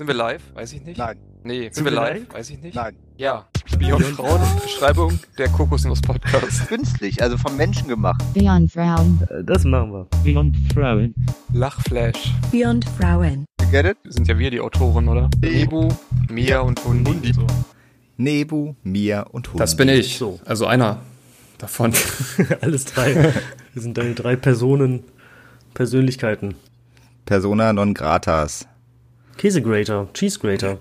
Sind wir live? Weiß ich nicht. Nein, Nee, sind, Sind wir wir live? Weiß ich nicht. nein. Ja. Beyond Frauen, Beschreibung der Kokosnuss-Podcast. Künstlich, also vom Menschen gemacht. Beyond Frauen. Äh, Das machen wir. Beyond Frauen. Lachflash. Beyond Frauen. You get it? Sind ja wir die Autoren, oder? Ebu, Mia und Hundi. Nebu, Mia und Hund. Das bin ich. So. Also einer davon. Alles drei. Wir sind deine drei Personen, Persönlichkeiten. Persona non gratas. Käse Grater, Cheese Grater.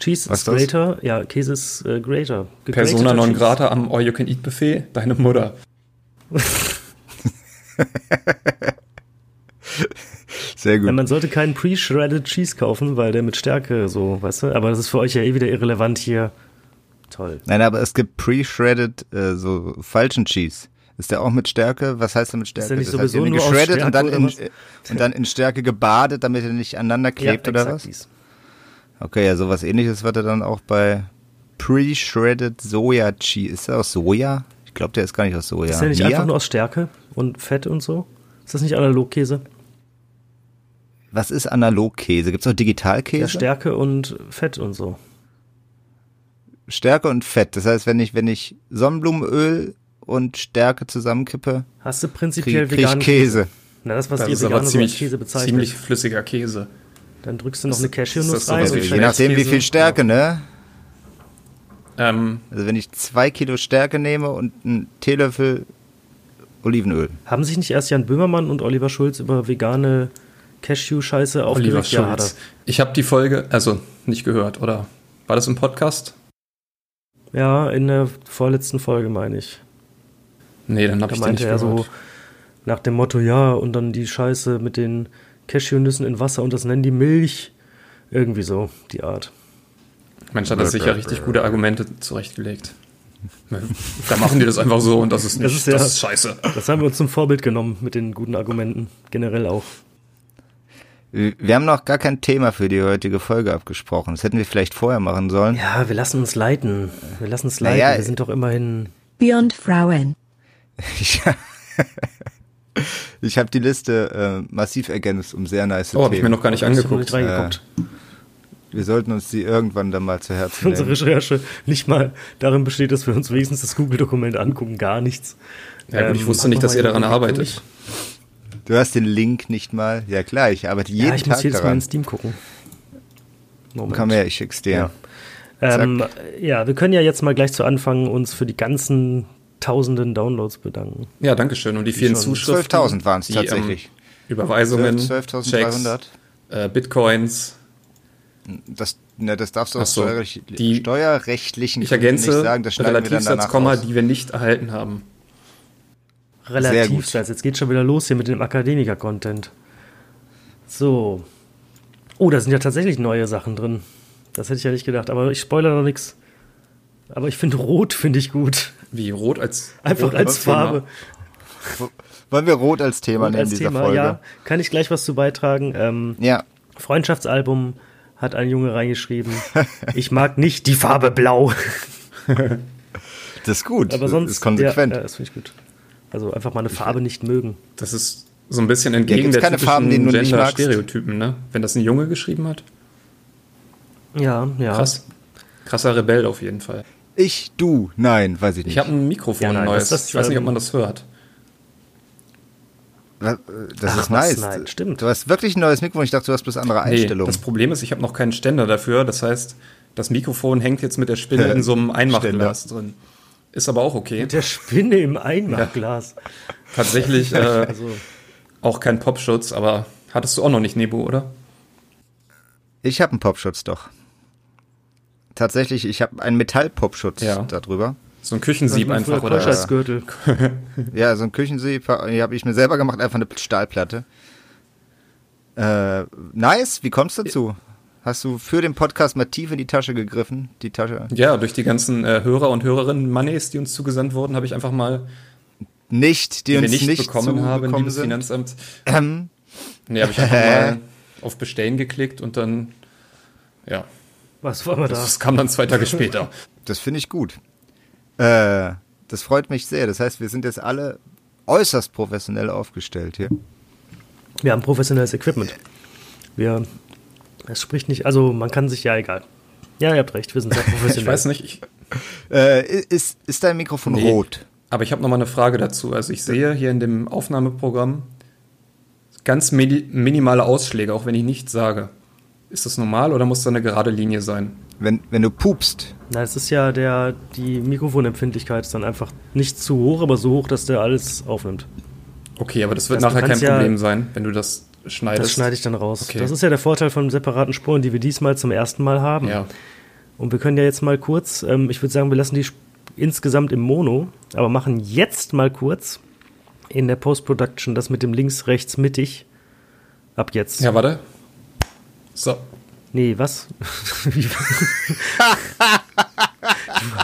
Cheese Was ist das? Grater, ja, Käse ist äh, Grater. Gegrateter Persona non Cheese. grata am All You Can Eat Buffet, deine Mutter. Sehr Ja, gut. man sollte keinen Pre-Shredded Cheese kaufen, weil der mit Stärke so, weißt du? Aber das ist für euch ja eh wieder irrelevant hier. Toll. Nein, aber es gibt pre-shredded, äh, so falschen Cheese. Ist der auch mit Stärke? Was heißt der mit Stärke? der nicht heißt, sowieso irgendwie nur aus geschreddert Stärke und, dann oder in, was? äh, und dann in Stärke gebadet, damit er nicht aneinander klebt oder exakt was? dies. Okay, ja, sowas ähnliches wird er dann auch bei pre-shredded Soja Cheese. Ist der aus Soja? Ich glaube, der ist gar nicht aus Soja. Ist der nicht Mia? einfach nur aus Stärke und Fett und so? Ist das nicht Analogkäse? Was ist Analogkäse? Gibt es auch Ja, Digitalkäse? Stärke und Fett und so. Stärke und Fett. Das heißt, wenn ich, wenn ich Sonnenblumenöl und Stärke zusammenkippe, Hast du kriege prinzipiell krieg ich veganen Käse. Na, das, was Das die ist aber Veganer so als ziemlich, Käse bezeichnen. ziemlich flüssiger Käse. Dann drückst du noch eine das Cashewnuss so rein. was Also Also und wie je schmeckt- nachdem, wie Schmelzkäse, viel Stärke, ne? Ähm, Also wenn ich zwei Kilo Stärke nehme und einen Teelöffel Olivenöl. Haben sich nicht erst Jan Böhmermann und Oliver Schulz über vegane Cashew-Scheiße Oliver aufgeregt? Ja, hat er. Schulz. Ich habe die Folge, also nicht gehört, oder? War das im Podcast? Ja, in der vorletzten Folge meine ich. Nee, dann Da habe ich die nicht meinte er gehört. so nach dem Motto, ja, und dann die Scheiße mit den Cashewnüssen in Wasser und das nennen die Milch. Irgendwie so, die Art. Mensch, hat er sich ja äh, richtig gute Argumente zurechtgelegt. Ne, Da machen die das einfach so und das ist nicht, Das das ist ist, ja- scheiße. Das haben wir uns zum Vorbild genommen mit den guten Argumenten. Generell auch. Wir haben noch gar kein Thema für die heutige Folge abgesprochen. Das hätten wir vielleicht vorher machen sollen. Ja, wir lassen uns leiten. Wir lassen uns leiten. Naja, wir sind doch immerhin. Beyond Frauen. Ich, ich habe die Liste äh, massiv ergänzt um sehr nice Oh, habe ich mir Themen. noch gar nicht Hast du noch nicht angeguckt. reingeguckt. wir sollten uns die irgendwann dann mal zu Herzen Unsere nehmen. Recherche nicht mal darin besteht, dass wir uns wenigstens das Google-Dokument angucken, gar nichts. Ja, gut, ich Ähm, wusste nicht, pack dass mal ihr daran jemanden arbeitet. durch. Du hast den Link nicht mal. Ja klar, ich arbeite jeden ja, ich Tag muss jedes Mal in daran. Steam gucken. Moment. Komm her, ich schick's dir. Ja. Ähm, ja, wir können ja jetzt mal gleich zu Anfang uns für die ganzen tausenden Downloads bedanken. Ja, danke schön. Und die vielen schon. Zuschriften. 12.000 waren's die, tatsächlich. Ähm, Überweisungen, 12.300. Checks, äh, Bitcoins. Das, ne, das darfst du Ach aus so, steuerrech die- steuerrechtlichen Ich Gründen ergänze nicht sagen. Das schneiden wir dann Relativsatz, danach Komma, raus. die wir nicht erhalten haben. Relativ, gut. jetzt geht schon wieder los hier mit dem Akademiker-Content. So. Oh, da sind ja tatsächlich neue Sachen drin. Das hätte ich ja nicht gedacht, aber ich spoilere noch nichts. Aber ich finde Rot, finde ich gut. Wie rot als Einfach rot ne? als Thema. Farbe. Wollen wir Rot als Thema Und nehmen, als dieser Thema, Folge? ja. Kann ich gleich was zu beitragen? Ähm, ja. Freundschaftsalbum hat ein Junge reingeschrieben. Ich mag nicht die Farbe Blau. das ist gut. Aber sonst. das ist konsequent. Ja, äh, ja das finde ich gut. Also einfach mal eine Farbe nicht mögen. Das ist so ein bisschen entgegen gibt's der keine typischen Farben, die du nicht magst? Gender-Stereotypen, ne? Wenn das ein Junge geschrieben hat. Ja, ja. Krass. Krasser Rebell auf jeden Fall. Ich, du, nein, weiß ich nicht. Ich habe ein Mikrofon Ja, nein, neues. das- das, ich weiß nicht, ähm, ob man das hört. äh, das Ach, ist was, nice. nein, stimmt. Du hast wirklich ein neues Mikrofon. Ich dachte, du hast bloß andere Nee, Einstellungen. das Problem ist, ich habe noch keinen Ständer dafür. Das heißt, das Mikrofon hängt jetzt mit der Spinne in so einem Einmachglas drin. Ist aber auch okay. Mit der Spinne im Einmachglas. Tatsächlich äh, Also, auch kein Popschutz, aber hattest du auch noch nicht, Nebo, oder? ich habe einen Popschutz doch. Tatsächlich, ich habe einen Metall-Popschutz Ja. darüber. So ein Küchensieb einfach, oder? Gürtel. Ja, so ein Küchensieb habe ich mir selber gemacht, einfach eine Stahlplatte. Äh, nice, wie kommst du dazu? Hast du für den Podcast mal tief in die Tasche gegriffen? Die Tasche? Ja, durch die ganzen äh, Hörer und Hörerinnen Moneys, die uns zugesandt wurden, habe ich einfach mal, Nicht, die, die wir uns nicht, nicht, bekommen haben, zugekommen liebes sind. Finanzamt. Ähm, Nee, habe ich einfach mal auf Bestellen geklickt und dann, ja, Was wollen wir da? das kam dann zwei Tage später. das finde ich gut. Äh, das freut mich sehr. Das heißt, wir sind jetzt alle äußerst professionell aufgestellt hier. Wir haben professionelles Equipment. Wir Es spricht nicht, also man kann sich ja egal. Ja, ihr habt recht, wir sind sehr professionell. Ich weiß nicht, ich, Äh, ist, ist dein Mikrofon Nee. rot? aber ich habe nochmal eine Frage dazu. Also ich sehe hier in dem Aufnahmeprogramm ganz mini- minimale Ausschläge, auch wenn ich nichts sage. Ist das normal oder muss da eine gerade Linie sein? Wenn, wenn du pupst, Na, es ist ja der, die Mikrofonempfindlichkeit ist dann einfach nicht zu hoch, aber so hoch, dass der alles aufnimmt. Okay, aber das wird Also du nachher kein kannst ja- Problem sein, wenn du das schneidest. Das schneide ich dann raus. Okay. Das ist ja der Vorteil von separaten Spuren, die wir diesmal zum ersten Mal haben. Ja. Und wir können ja jetzt mal kurz, ähm, ich würde sagen, wir lassen die Sp- insgesamt im Mono, aber machen jetzt mal kurz in der Post-Production das mit dem links, rechts, mittig. Ab jetzt. ja, warte. So. Nee, was? Wie-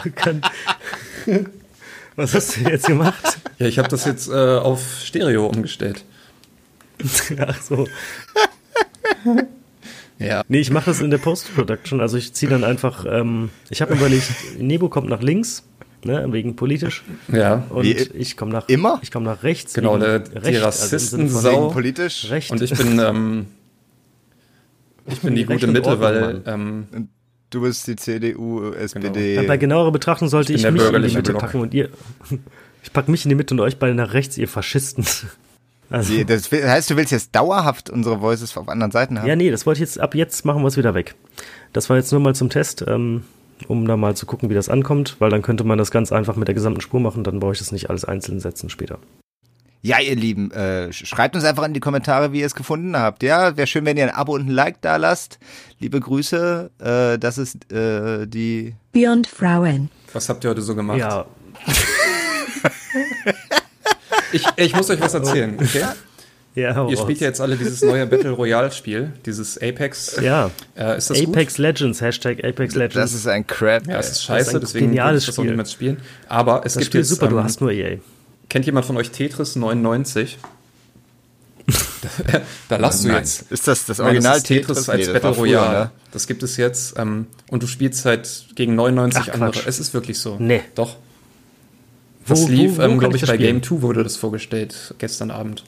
Man kann, was hast du jetzt gemacht? Ja, ich habe das jetzt äh, auf Stereo umgestellt. Ach so. Ja. Nee, ich mache das in der Post-Production. Also ich ziehe dann einfach, ähm, ich habe überlegt, Nebo kommt nach links, ne, wegen politisch. Ja. Und Wie ich komme nach immer? Ich komme nach rechts. Genau, wegen der- die Recht, Rassisten- im Sinne von Sau. wegen politisch. Recht. Und ich bin, ähm, ich bin die Recht gute und Mitte, Ordnung, weil Mann. ähm, Du bist die CDU, SPD. Genau. Ja, bei genauerer Betrachtung sollte Ich ich, bin der mich in die bürgerliche Mitte Block. packen und ihr. Ich pack mich in die Mitte und euch beide nach rechts, ihr Faschisten. Also, Die- Das will- heißt, du willst jetzt dauerhaft unsere Voices auf anderen Seiten haben? ja, nee, das wollte ich jetzt, ab jetzt machen wir es wieder weg. Das war jetzt nur mal zum Test, ähm, um da mal zu gucken, wie das ankommt, weil dann könnte man das ganz einfach mit der gesamten Spur machen, dann brauche ich das nicht alles einzeln setzen später. Ja, ihr Lieben, äh, sch- schreibt uns einfach in die Kommentare, wie ihr es gefunden habt. Ja, wäre schön, wenn ihr ein Abo und ein Like da lasst. Liebe Grüße, äh, das ist äh, die... Beyond Frauen. was habt ihr heute so gemacht? Ja, Ich, ich muss euch was erzählen, Oh. okay? ja, hau Ihr raus. spielt ja jetzt alle dieses neue Battle Royale Spiel, dieses Apex. ja. Äh, ist das Apex gut? Legends, Hashtag Apex Legends. Das ist ein Crap. Äh, Ja, es ist scheiße, ist ein deswegen geniales will ich das auch Spiel. niemals spielen. Aber das es gibt Spiel jetzt, ist super, du ähm, hast nur E EA. kennt jemand von euch Tetris 99? da, da lachst du Nein. jetzt. Ist das das Nein, Original das ist Tetris, Nee, als das Battle war früher, Royale. ne? Das gibt es jetzt ähm, und du spielst halt gegen 99 Ach, andere. Quatsch. Es ist wirklich so. Nee. Doch. Das wo- lief, wo ähm, kann glaube ich ich, das bei spielen? Game 2 wurde das vorgestellt gestern Abend.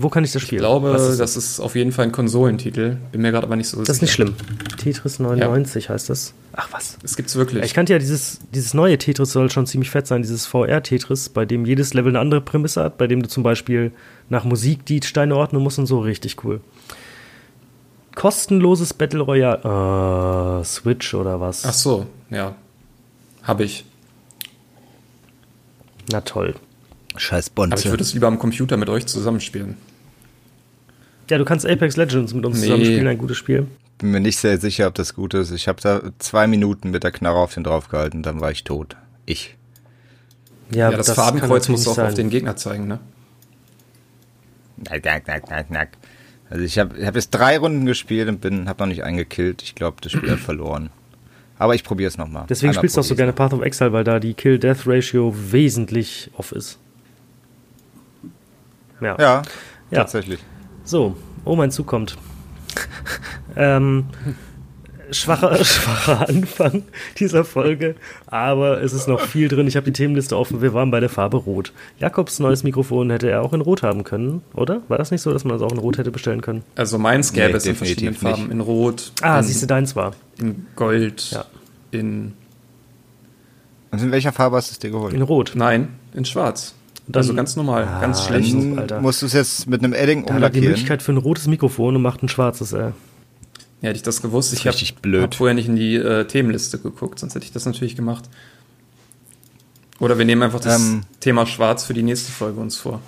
Wo kann ich das spielen? Ich glaube, Was das ist auf jeden Fall ein Konsolentitel. Bin mir gerade aber nicht so Das ist sicher. nicht schlimm. Tetris 99 heißt das. Ach was. Das gibt's wirklich. Ich kannte ja dieses, dieses neue Tetris soll schon ziemlich fett sein, dieses VR-Tetris, bei dem jedes Level eine andere Prämisse hat, bei dem du zum Beispiel nach Musik die Steine ordnen musst und so, richtig cool. Kostenloses Battle Royale. Äh, Switch oder was? Ach so, ja. Habe ich. Na toll. Scheiß Aber ich Bonze. würde es lieber am Computer mit euch zusammenspielen. Ja, du kannst Apex Legends mit uns Nee. zusammen spielen, ein gutes Spiel. bin mir nicht sehr sicher, ob das gut ist. Ich habe da zwei Minuten mit der Knarre auf den draufgehalten, dann war ich tot. Ich. Ja, das, Fadenkreuz kann musst du auch natürlich auf den Gegner zeigen, ne? Nack, nack, nack, nack, nack. Also ich habe hab jetzt drei Runden gespielt und bin habe noch nicht einen gekillt. Ich glaube, das Spiel hat verloren. Aber ich probiere es nochmal. Deswegen spielst du auch so gerne Path of Exile, weil da die Kill-Death-Ratio wesentlich off ist. Ja. Ja, Ja. tatsächlich. So, oh mein Zug kommt. ähm, schwacher, schwacher Anfang dieser Folge, aber es ist noch viel drin. Ich habe die Themenliste offen. Wir waren bei der Farbe Rot. Jakobs neues Mikrofon hätte er auch in Rot haben können, oder? War das nicht so, dass man es auch in Rot hätte bestellen können? Also meins gäbe Nee, es in verschiedenen definitiv nicht. Farben. In Rot, Ah, in, siehst du, deins war. in Gold, Ja. in... Und in welcher Farbe hast du es dir geholt? In Rot. Nein, in Schwarz. Dann- also ganz normal, ganz Ah, schlecht. in- Dann Alter. musst du es jetzt mit einem Edding Da hat er die umlackieren. Möglichkeit für ein rotes Mikrofon und macht ein schwarzes, äh. Hätte ich das gewusst, ich habe Richtig blöd. hab vorher nicht in die äh, Themenliste geguckt, sonst hätte ich das natürlich gemacht. Oder wir nehmen einfach das Ähm. Thema Schwarz für die nächste Folge uns vor.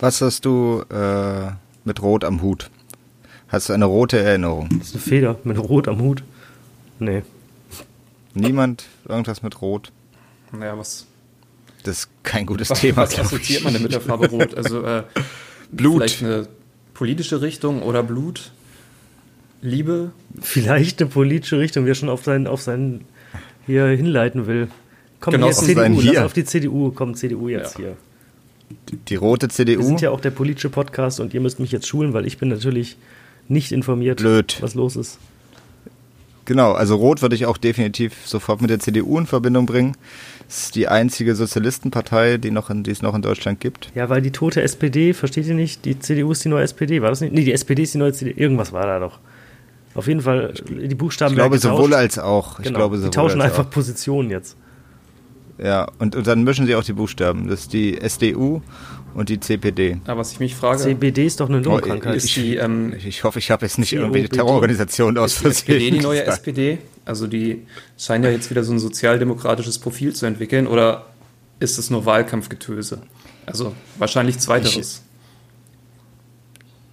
Was hast du äh, mit Rot am Hut? Hast du eine rote Erinnerung? Das ist eine Feder mit Rot am Hut. Nee. Niemand irgendwas mit Rot? Naja, was, Das ist kein gutes was, Thema. was glaub ich. assoziiert man denn mit der Farbe Rot? Also äh, vielleicht Blut. eine politische Richtung oder Blut, Liebe, vielleicht eine politische Richtung, wie er schon auf seinen, auf seinen hier hinleiten will. Komm, Genau, hier ist auf CDU, seinen lass hier. auf die CDU, komm, CDU jetzt hier. Die rote Wir CDU? sind ja auch der politische Podcast und ihr müsst mich jetzt schulen, weil ich bin natürlich nicht informiert, Blöd. was los ist. Genau, also Rot würde ich auch definitiv sofort mit der CDU in Verbindung bringen. Das ist die einzige Sozialistenpartei, die, noch in, die es noch in Deutschland gibt. Ja, weil die tote SPD, versteht ihr nicht? Die CDU ist die neue SPD, war das nicht? Nee, die SPD ist die neue CDU. Irgendwas war da doch. Auf jeden Fall, die Buchstaben Ich glaube werden sowohl getauscht. als auch. Ich Genau, glaube die sowohl tauschen als einfach Positionen jetzt. Auch. Ja, und, und dann mischen sie auch die Buchstaben. Das ist die SDU und die CPD. Aber was ich mich frage, CBD ist doch eine Oh, Lungenkrankheit. ist die, ähm, Ich, ich hoffe, ich habe jetzt nicht COPD. irgendwelche Terrororganisationen aus ist die SPD Versehen. die neue gesagt. SPD? Also die scheinen ja jetzt wieder so ein sozialdemokratisches Profil zu entwickeln oder ist es nur Wahlkampfgetöse? Also wahrscheinlich zweiteres.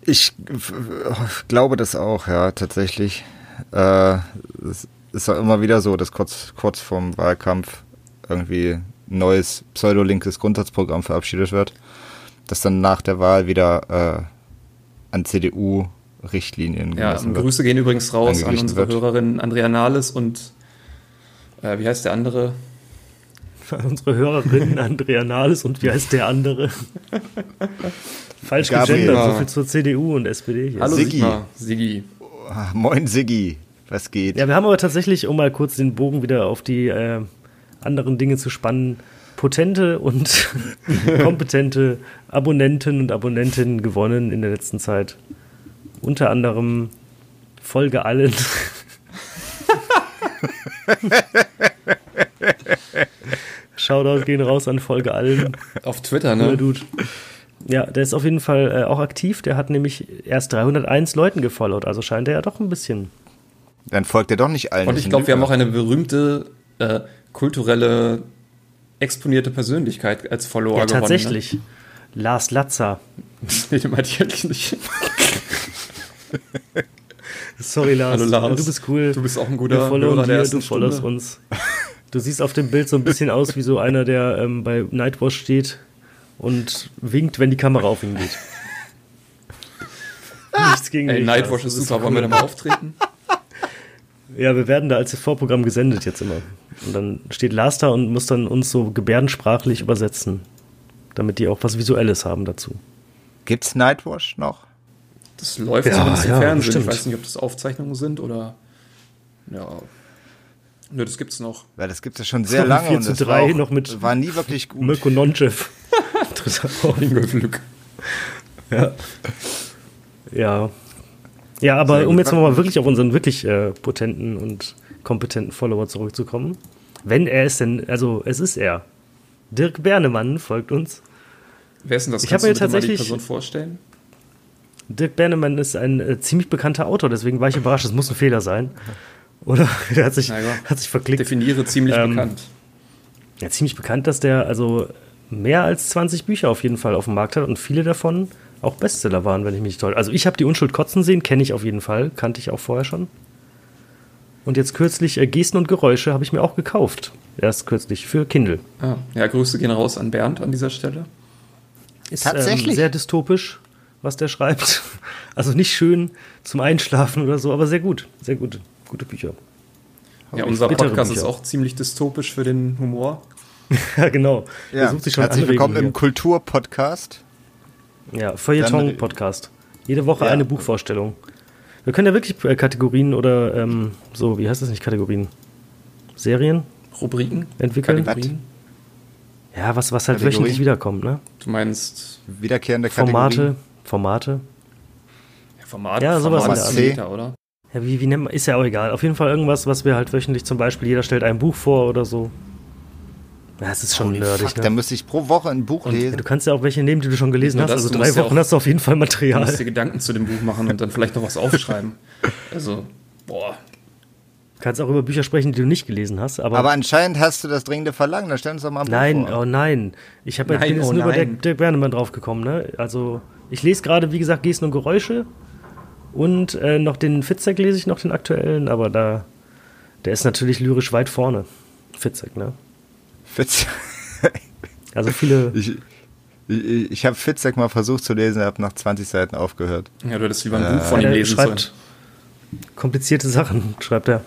Ich f- f- glaube das auch, ja, tatsächlich. Äh, es ist ja immer wieder so, dass kurz, kurz vorm Wahlkampf irgendwie ein neues pseudolinkes Grundsatzprogramm verabschiedet wird, das dann nach der Wahl wieder äh, an CDU-Richtlinien ja, gemessen wird. Grüße gehen übrigens raus an Angeglichen unsere wird. Hörerin Andrea Nahles und äh, wie heißt der andere? Unsere Hörerinnen Andrea Nahles und wie heißt der andere? Falsch Gabriel. gegendert, so viel zur CDU und SPD hier. Hallo Siggi. Sigmar. Siggi. Ah, Moin Siggi, was geht? Ja, wir haben aber tatsächlich, um mal kurz den Bogen wieder auf die äh, anderen Dinge zu spannen, potente und kompetente Abonnenten und Abonnentinnen gewonnen in der letzten Zeit. Unter anderem Folge allen. Shoutout gehen raus an Folge allen. Auf Twitter, Cooler ne? Dude. Ja, der ist auf jeden Fall äh, auch aktiv. Der hat nämlich erst 301 Leuten gefollowt. Also scheint er ja doch ein bisschen. Dann folgt er doch nicht allen. Und Das ist ich ein glaube, wir haben Lügner. auch eine berühmte äh, kulturelle exponierte Persönlichkeit als Follower Ja, gewonnen. tatsächlich. Lars Latzer. Ne? Dem hatte ich eigentlich nicht. Sorry, Lars. Hallo, Lars. Du bist cool. Du bist auch ein guter Wir followen Hörer der dir, ersten du followst Stunde. uns. Du siehst auf dem Bild so ein bisschen aus wie so einer, der ähm, bei Nightwatch steht und winkt, wenn die Kamera auf ihn geht. Nichts gegen Ah! Ey, dich, Nightwatch Lars. ist super, wollen wir da mal auftreten? Ja, wir werden da als Vorprogramm gesendet jetzt immer. Und dann steht Lars da und muss dann uns so gebärdensprachlich übersetzen, damit die auch was Visuelles haben dazu. Gibt's Nightwash noch? Das läuft Ja, zumindest im ja, Fernsehen. bestimmt. Ich weiß nicht, ob das Aufzeichnungen sind oder. Ja. Nö, das gibt's noch. Weil das gibt's ja schon sehr war ein lange 4 und zu das 3 war, auch, noch mit- war nie wirklich gut. Mirko Nonchev. Dritter Raum. Glück. Ja. Ja. Ja, aber um jetzt nochmal wirklich auf unseren wirklich äh, potenten und kompetenten Follower zurückzukommen. Wenn er es denn, also es ist er. Dirk Bernemann folgt uns. Wer ist denn das? Ich Kannst hab mir du bitte mal die tatsächlich- Person vorstellen? Dirk Bernemann ist ein äh, ziemlich bekannter Autor, deswegen war ich überrascht, es muss ein Fehler sein. Oder der hat sich, Na ja. hat sich verklickt. Definiere ziemlich Ähm, bekannt. Ja, ziemlich bekannt, dass der also mehr als 20 Bücher auf jeden Fall auf dem Markt hat und viele davon auch Bestseller waren, wenn ich mich nicht täusche. Also ich habe die Unschuld kotzen sehen, kenne ich auf jeden Fall, kannte ich auch vorher schon. Und jetzt kürzlich äh, Gesten und Geräusche habe ich mir auch gekauft. Erst kürzlich für Kindle. Ah, ja, Grüße gehen raus an Bernd an dieser Stelle. Ist ähm, Tatsächlich? sehr dystopisch, was der schreibt. Also nicht schön zum Einschlafen oder so, aber sehr gut, sehr gut, gute Bücher. Ja, unser bittere Podcast Bücher. ist auch ziemlich dystopisch für den Humor. ja, genau. Der Ja. sucht sich schon Herzlich Anregungen willkommen im Kulturpodcast. hier. Ja, äh, Feuilleton-Podcast. Jede Woche Ja. eine Buchvorstellung. Wir können ja wirklich äh, Kategorien oder ähm, so, wie heißt das nicht, Kategorien? Serien Rubriken? entwickeln? Kategorien? Ja, was, was halt Kategorien? wöchentlich wiederkommt, ne? Du meinst Wiederkehrende Formate, Kategorien. Formate. ja, Format? Ja, sowas Format in der ist Art. später, oder? Ja, wie, wie nennt man, ist ja auch egal. Auf jeden Fall irgendwas, was wir halt wöchentlich zum Beispiel, jeder stellt ein Buch vor oder so. Ja, es ist schon nerdig, Fuck, da ne? müsste ich pro Woche ein Buch Ja, lesen. du kannst ja auch welche nehmen, die du schon gelesen Nur hast. das, Also du drei musst ja Wochen auch- hast du auf jeden Fall Du Material. musst dir Gedanken zu dem Buch machen und dann vielleicht noch was aufschreiben. Also, boah. Du kannst auch über Bücher sprechen, die du nicht gelesen hast, aber. Aber anscheinend hast du das dringende Verlangen, da stell uns doch mal ein nein, Buch vor. oh nein. Ich hab, ja- Nein, bin jetzt oh nur über nein. Dirk, Dirk Bernemann draufgekommen, ne? Also, ich lese gerade, wie gesagt, Gesten und Geräusche. Und äh, noch den Fitzek lese ich noch, den aktuellen, aber da. Der ist natürlich lyrisch weit vorne. Fitzek, ne? Fitz- Also viele. ich Äh, ich, ich habe Fitzek mal versucht zu lesen, habe nach 20 Seiten aufgehört. Ja, du hättest lieber ein Buch von Ja, ihm der lesen sollen. schreibt komplizierte Sachen, schreibt er.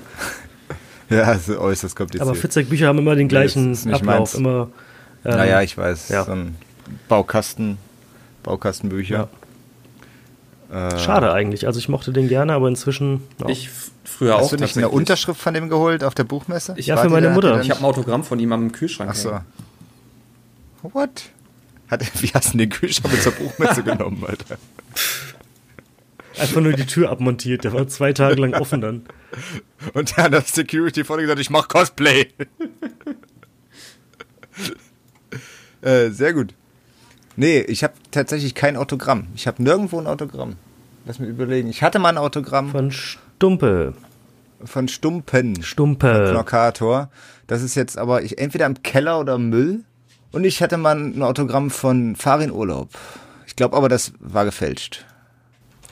Ja, es ist äußerst kompliziert. Aber Fitzek-Bücher haben immer den gleichen das ist nicht Ablauf, meins. immer. ähm, naja, ich weiß, ja. so ein Baukasten, Baukastenbücher. Schade eigentlich. Also ich mochte den gerne, aber inzwischen. ja. Ich f- Früher auch Hast du nicht eine tatsächlich. Unterschrift von dem geholt auf der Buchmesse? Ich- Ja, War für die meine da- Mutter. hat die ich da habe ein Autogramm von ihm am Kühlschrank. Ach so. hängen. What? Hat, wie hast du den Kühlschrank mit zur Buchmesse genommen, Alter? Einfach nur die Tür abmontiert. Der war zwei Tage lang offen dann. Und dann hat Security vorne gesagt, ich mach Cosplay. äh, sehr gut. Nee, ich habe tatsächlich kein Autogramm. Ich habe nirgendwo ein Autogramm. Lass mir überlegen. Ich hatte mal ein Autogramm Von Stumpe. von Stumpen. Ähm. Stumpe. Knockator. Das ist jetzt aber ich, entweder im Keller oder im Müll. Und ich hatte mal ein Autogramm von Farin Urlaub. Ich glaube aber, das war gefälscht.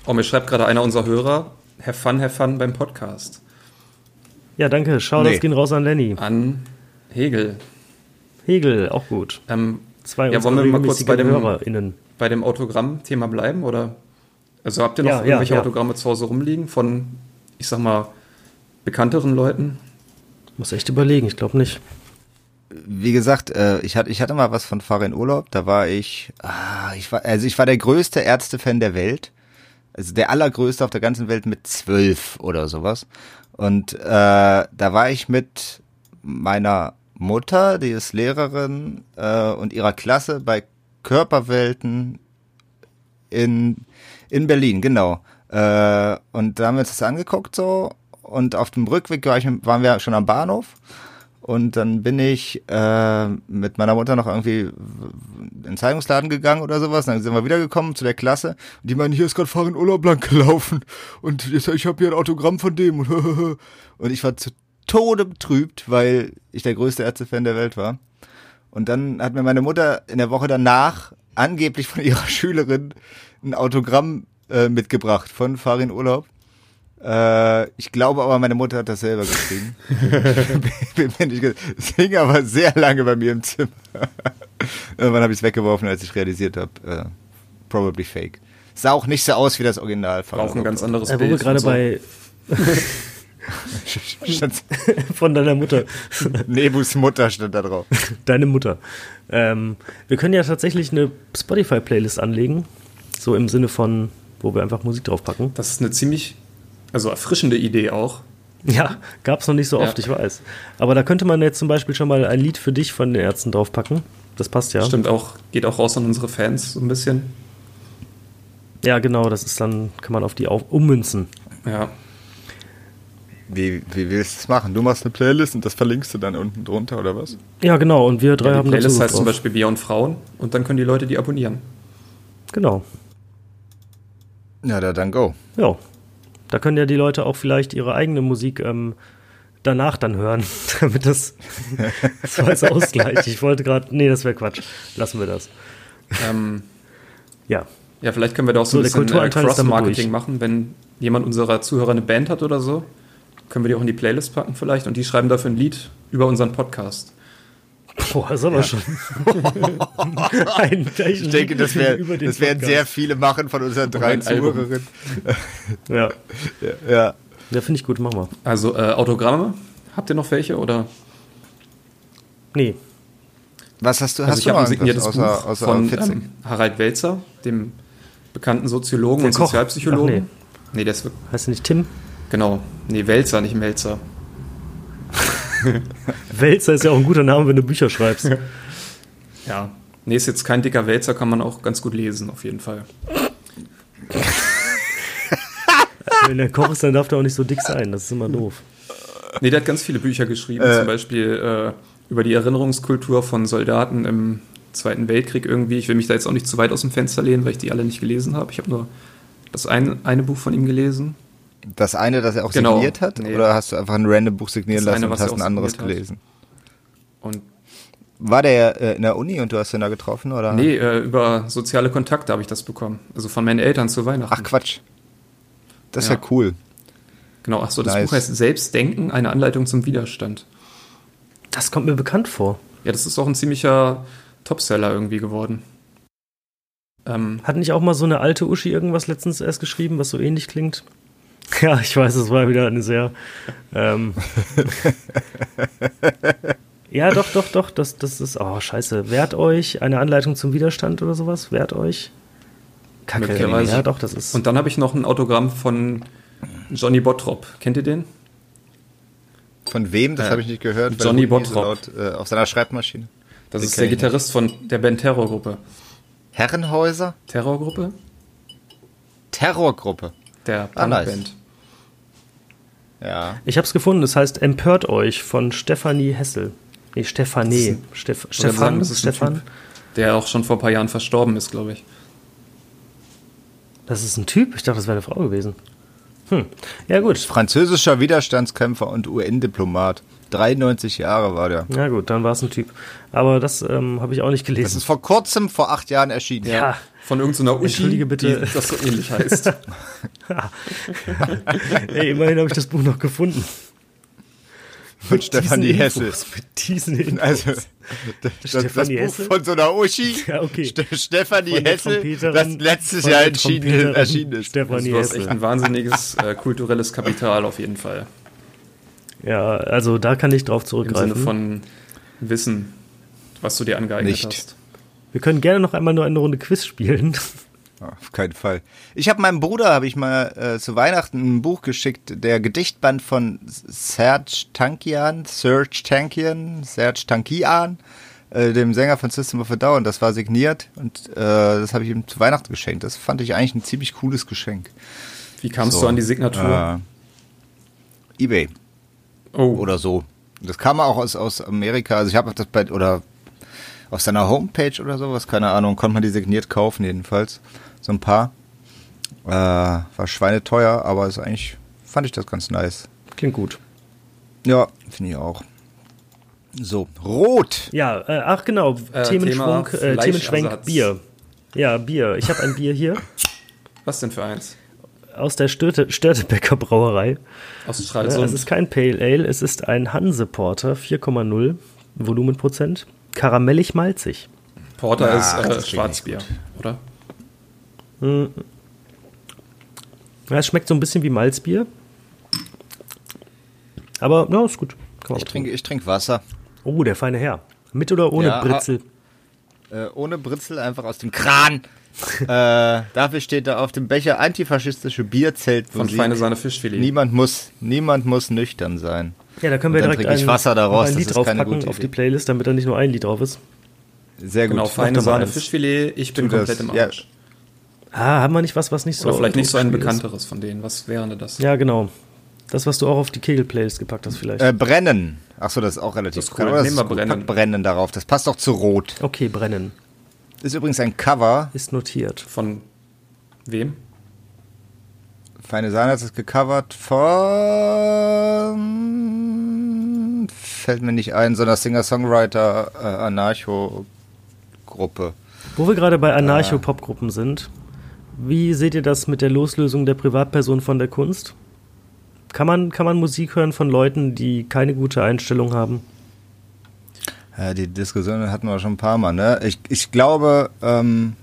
Oh, mir schreibt gerade einer unserer Hörer, have fun, have fun beim Podcast. Ja, danke. Schau, das Nee. gehen raus an Lenny. An Hegel. Hegel, auch gut. Ähm, Zwei Ja, unserer wollen wir mal kurz regelmäßigen bei dem- HörerInnen. bei dem Autogramm-Thema bleiben, oder? Also habt ihr noch Ja, ja, irgendwelche ja. Autogramme zu Hause rumliegen von, ich sag mal, bekannteren Leuten? Muss echt überlegen, ich glaube nicht. Wie gesagt, äh, ich, hatte, ich hatte mal was von Farin Urlaub. Da war ich, ah, ich war, also ich war der größte Ärztefan der Welt. Also der allergrößte auf der ganzen Welt mit zwölf oder sowas. Und äh, da war ich mit meiner Mutter, die ist Lehrerin, äh, und ihrer Klasse bei Körperwelten in, in Berlin, genau. Äh, und da haben wir uns das angeguckt so. Und auf dem Rückweg war ich, waren wir schon am Bahnhof. Und dann bin ich äh, mit meiner Mutter noch irgendwie w- w- in den Zeitungsladen gegangen oder sowas. Dann sind wir wiedergekommen zu der Klasse. Und die meinen, hier ist gerade Farin Urlaub lang gelaufen. Und jetzt, ich habe hier ein Autogramm von dem. Und ich war zu Tode betrübt, weil ich der größte Ärztefan der Welt war. Und dann hat mir meine Mutter in der Woche danach angeblich von ihrer Schülerin ein Autogramm äh, mitgebracht von Farin Urlaub. Äh, ich glaube aber, meine Mutter hat das selber geschrieben. bin mir nicht ge- es hing aber sehr lange bei mir im Zimmer. Irgendwann habe ich es weggeworfen, als ich realisiert habe, äh, probably fake. Sah auch nicht so aus wie das Original. Farin Brauchen ein ganz anderes Äh, wo Bild. wir gerade und so. bei Urlaub. Stand- von deiner Mutter. Nebus Mutter stand da drauf. Deine Mutter. Ähm, wir können ja tatsächlich eine Spotify-Playlist anlegen. So im Sinne von, wo wir einfach Musik draufpacken. Das ist eine ziemlich, also erfrischende Idee auch. Ja, gab's noch nicht so oft, Ja. ich weiß. Aber da könnte man jetzt zum Beispiel schon mal ein Lied für dich von den Ärzten draufpacken. Das passt ja. Stimmt auch, geht auch raus an unsere Fans so ein bisschen. Ja, genau, das ist dann, kann man auf die auf, ummünzen. Ja. Wie, wie willst du es machen? Du machst eine Playlist und das verlinkst du dann unten drunter, oder was? Ja, genau, und wir drei Die haben Playlist dazu heißt zum Beispiel Bier und Frauen und dann können die Leute die abonnieren. Genau. Ja, da dann go. Ja. Da können ja die Leute auch vielleicht ihre eigene Musik ähm, danach dann hören, damit das, das war jetzt Ausgleich. Ich wollte gerade, nee, das wäre Quatsch. Lassen wir das. Ähm, ja. ja, vielleicht können wir da auch So, der so, ein bisschen äh, Kulturanteil ist damit Cross-Marketing durch. machen, wenn jemand unserer Zuhörer eine Band hat oder so. Können wir die auch in die Playlist packen vielleicht und die schreiben dafür ein Lied über unseren Podcast. Boah, das ist aber schon. ein, Ich denke, das, wär, das werden sehr viele machen von unseren drei ein Album. Zuhörerinnen. sehr. Ja, Ja. ja finde ich gut, machen wir. Also äh, Autogramme, habt ihr noch welche oder? Nee, Was hast du? Also Hast ich du habe ein noch signiertes irgendwas außer, Buch außer von Fitzek? ähm, Harald Welzer, dem bekannten Soziologen Der und Koch. Sozialpsychologen. Ach, nee. nee. der ist heißt du nicht Tim? genau. Nee, Welzer, nicht Melzer. Wälzer ist ja auch ein guter Name, wenn du Bücher schreibst. Ja. Nee, ist jetzt kein dicker Wälzer, kann man auch ganz gut lesen, auf jeden Fall. Wenn der Koch ist, dann darf der auch nicht so dick sein. Das ist immer doof. Nee, der hat ganz viele Bücher geschrieben, Äh. zum Beispiel äh, über die Erinnerungskultur von Soldaten im Zweiten Weltkrieg irgendwie. Ich will mich da jetzt auch nicht zu weit aus dem Fenster lehnen, weil ich die alle nicht gelesen habe. Ich habe nur das ein, eine Buch von ihm gelesen. Das eine, das er auch Genau. signiert hat? Nee. Oder hast du einfach ein random Buch signieren Das eine, lassen und was er hast ein auch anderes signiert hat. gelesen? Und War der äh, in der Uni und du hast ihn da getroffen? Oder? nee, äh, über soziale Kontakte habe ich das bekommen. Also von meinen Eltern zu Weihnachten. Ach Quatsch. Das ist Ja. ja cool. Genau, ach so, das Nice. Buch heißt Selbstdenken, eine Anleitung zum Widerstand. Das kommt mir bekannt vor. Ja, das ist auch ein ziemlicher Topseller irgendwie geworden. Ähm, Hat nicht auch mal so eine alte Uschi irgendwas letztens erst geschrieben, was so ähnlich klingt? Ja, ich weiß, es war wieder eine sehr. Ähm, ja, doch, doch, doch. Das, das ist. Oh, scheiße. Wehrt euch. Eine Anleitung zum Widerstand oder sowas? Wehrt euch. Kacke. Möglicherweise. Ja, doch, das ist. und dann habe ich noch ein Autogramm von Johnny Bottrop. Kennt ihr den? Von wem? Das Ja. habe ich nicht gehört. weil Johnny Rudi so Bottrop. laut, äh, auf seiner Schreibmaschine. Das Den ist kenn der ich nicht. Gitarrist von der Band Terrorgruppe. Herrenhäuser? Terrorgruppe? Terrorgruppe. Der Ah, nice. Punkband. Ja. Ich habe es gefunden, es heißt Empört euch von Stefanie Hessel. Nee, Stefanie. Steff Ich würde sagen, Stefan, das ist ein Stefan. Typ, der auch schon vor ein paar Jahren verstorben ist, glaube ich. Das ist ein Typ? Ich dachte, das wäre eine Frau gewesen. Hm. Ja, gut. Französischer Widerstandskämpfer und UN-Diplomat. 93 Jahre war der. Na gut, dann war es ein Typ. Aber das ähm, habe ich auch nicht Das gelesen. ist vor kurzem, vor acht Jahren erschienen. Ja. Von irgendeiner Uschi, Entschuldige bitte. die das so ähnlich heißt. Ey, immerhin habe ich das Buch noch gefunden. Von Stefanie Diesen Hessel. Infos, Mit diesen Infos. Also, das, das, das Stefanie Buch Hessel? von so einer Uschi, Ja, okay. Ste Stefanie Von der Hessel, Trompeterin- das letztes von Jahr der entschieden, Trompeterin erschienen ist. Stefanie Du hast echt Hessel. ein wahnsinniges äh, kulturelles Kapital auf jeden Fall. Ja, also da kann ich drauf Im zurückgreifen. Sinne von Wissen, was du dir angeeignet Nicht. hast. Wir können gerne noch einmal nur eine Runde Quiz spielen. Ah, Auf keinen Fall. Ich habe meinem Bruder, habe ich mal äh, zu Weihnachten ein Buch geschickt, der Gedichtband von Serge Tankian, Serge Tankian, Serge Tankian, äh, dem Sänger von System of a Down. Das war signiert und äh, das habe ich ihm zu Weihnachten geschenkt. Das fand ich eigentlich ein ziemlich cooles Geschenk. Wie kamst du an die Ah. Signatur? Äh, Ebay oh, oder so. Das kam auch aus, aus Amerika. Also ich habe das bei, oder auf seiner Homepage oder sowas, keine Ahnung, konnte man die signiert kaufen jedenfalls. So ein paar. Äh, war schweineteuer, aber ist eigentlich, fand ich das ganz nice. Klingt gut. Ja, finde ich auch. So, rot. Ja, äh, ach genau, Äh, Themenschwung, Thema äh, Themenschwenk Fleischersatz. Bier. Ja, Bier. Ich habe ein Bier hier was denn für eins? aus der Störte, Störtebecker Brauerei. Aus Also es Stralsund. ist kein Pale Ale, es ist ein Hanse Porter 4,0 Volumenprozent, karamellig malzig. Porter Ah, ist das äh, klingt Schwarzbier, oder? Ja, es schmeckt so ein bisschen wie Malzbier. Aber na, ist gut. Kann man Ich auch trinke, ich trinke Wasser. trinken. Oh, der feine Herr. Mit oder ohne Ja, ah. Britzel? Äh, ohne Britzel, einfach aus dem Kran. äh, dafür steht da auf dem Becher antifaschistische Bierzelt Von Feine Sahne Fischfilet. Niemand muss, niemand muss nüchtern sein. Ja, da können wir dann direkt trinke ich ein, Wasser daraus, ein das Lied ist keine draufpacken gute auf die Idee. Playlist, damit da nicht nur ein Lied drauf ist. Sehr gut. Genau, Feine doch mal Sahne eins. Fischfilet. Ich bin Tu das, komplett im ja. Arsch. Ah, haben wir nicht was, was nicht so. Oder vielleicht nicht so ein Spiel ist? bekannteres von denen. Was wäre denn das? Ja, genau. Das, was du auch auf die Kegel-Playlist gepackt hast, vielleicht. Äh, brennen. Achso, das ist auch relativ Das ist bekannt, cool. aber Nehmen wir gut. Pack Brennen. brennen darauf. Das passt doch zu Rot. Okay, brennen. Ist übrigens ein Cover. Ist notiert. Von wem? Feine Sahne hat es gecovert von. Fällt mir nicht ein, sondern Singer-Songwriter äh, Anarcho-Gruppe. Wo wir gerade bei Anarcho-Pop-Gruppen sind, wie seht ihr das mit der Loslösung der Privatperson von der Kunst? Kann man, kann man Musik hören von Leuten, die keine gute Einstellung haben? Ja, die Diskussion hatten wir schon ein paar Mal, ne? Ich, ich glaube, ähm,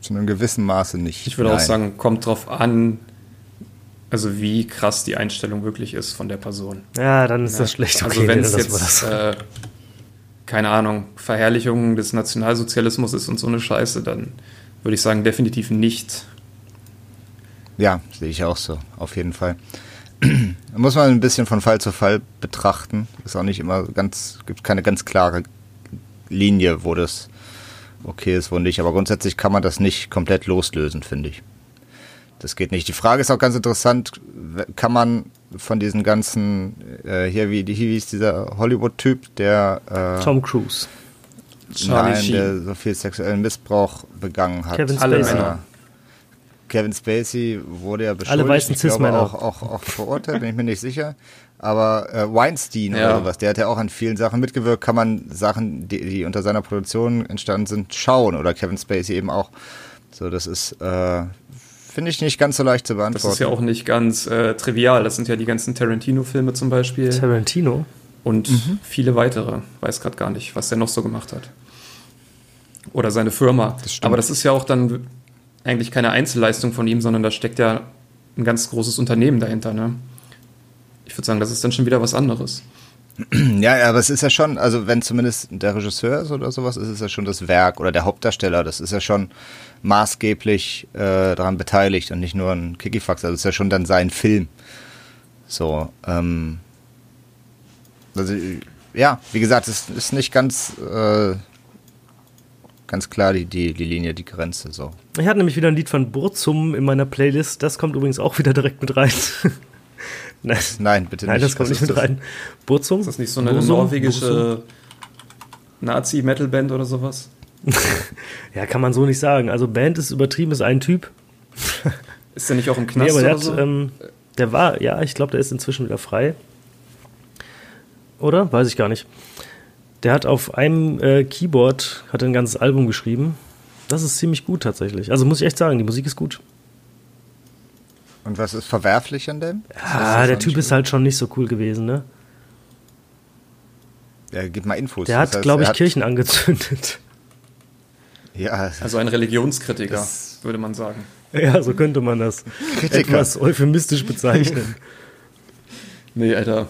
zu einem gewissen Maße nicht. Ich würde auch Nein. sagen, kommt drauf an, also wie krass die Einstellung wirklich ist von der Person. Ja, dann ist das Ja. schlecht. Also wenn nee, es dann lassen wir jetzt, äh, keine Ahnung, Verherrlichung des Nationalsozialismus ist und so eine Scheiße, dann würde ich sagen, definitiv nicht. Ja, sehe ich auch so, auf jeden Fall. Muss man ein bisschen von Fall zu Fall betrachten. Ist auch nicht immer ganz, gibt keine ganz klare Linie, wo das okay ist, wo nicht. Aber grundsätzlich kann man das nicht komplett loslösen, finde ich. Das geht nicht. Die Frage ist auch ganz interessant, w- kann man von diesen ganzen, äh, hier wie, hier wie ist dieser Hollywood-Typ, der, äh, Tom Cruise. Charlie nein, Sheen. der so viel sexuellen Missbrauch begangen hat. Kevin Alle Spacey. Männer. Kevin Spacey wurde ja beschuldigt. Alle weißen ich glaube, Cis-Männer. auch, auch, auch verurteilt, bin ich mir nicht sicher. Aber äh, Weinstein Ja. oder sowas, der hat ja auch an vielen Sachen mitgewirkt. Kann man Sachen, die, die unter seiner Produktion entstanden sind, schauen. Oder Kevin Spacey eben auch. So, das ist, äh, finde ich, nicht ganz so leicht zu Das beantworten. ist ja auch nicht ganz äh, trivial. Das sind ja die ganzen Tarantino-Filme zum Beispiel Tarantino. und viele weitere. Weiß gerade gar nicht, was der noch so gemacht hat. Oder seine Firma. stimmt. Aber das ist ja auch dann w- eigentlich keine Einzelleistung von ihm, sondern da steckt ja ein ganz großes Unternehmen dahinter. Ne? Ich würde sagen, das ist dann schon wieder was anderes. Ja, ja, aber es ist ja schon, also wenn zumindest der Regisseur ist oder sowas, ist es ja schon das Werk oder der Hauptdarsteller, das ist ja schon maßgeblich äh, daran beteiligt und nicht nur ein Kikifax, also es ist ja schon dann sein Film. So, ähm, Also, äh, ja, wie gesagt, es ist nicht ganz, äh, ganz klar die, die, die Linie, die Grenze. So. Ich hatte nämlich wieder ein Lied von Burzum in meiner Playlist. Das kommt übrigens auch wieder direkt mit rein. Nein, Nein, bitte Nein, nicht. das kommt Was nicht ist mit rein. Burzum? Ist das nicht so eine Burzum? Burzum? norwegische Nazi-Metal-Band oder sowas? Ja, kann man so nicht sagen. Also Band ist übertrieben, ist ein Typ. Ist der nicht auch im Nee, Knast aber der, oder hat, so? ähm, der war, ja, ich glaube, der ist inzwischen wieder frei. Oder? Weiß ich gar nicht. Der hat auf einem äh, Keyboard hat er ein ganzes Album geschrieben. Das ist ziemlich gut tatsächlich. Also muss ich echt sagen, die Musik ist gut. Und was ist verwerflich an dem? Ah, der Typ ist halt schon nicht so cool gewesen, ne? Ja, gib mal Infos. Der Das hat, heißt, glaube er ich, hat- Kirchen angezündet. Ja, also ein Religionskritiker, Das- würde man sagen. Ja, so könnte man das Kritiker. etwas euphemistisch bezeichnen. Nee, Alter.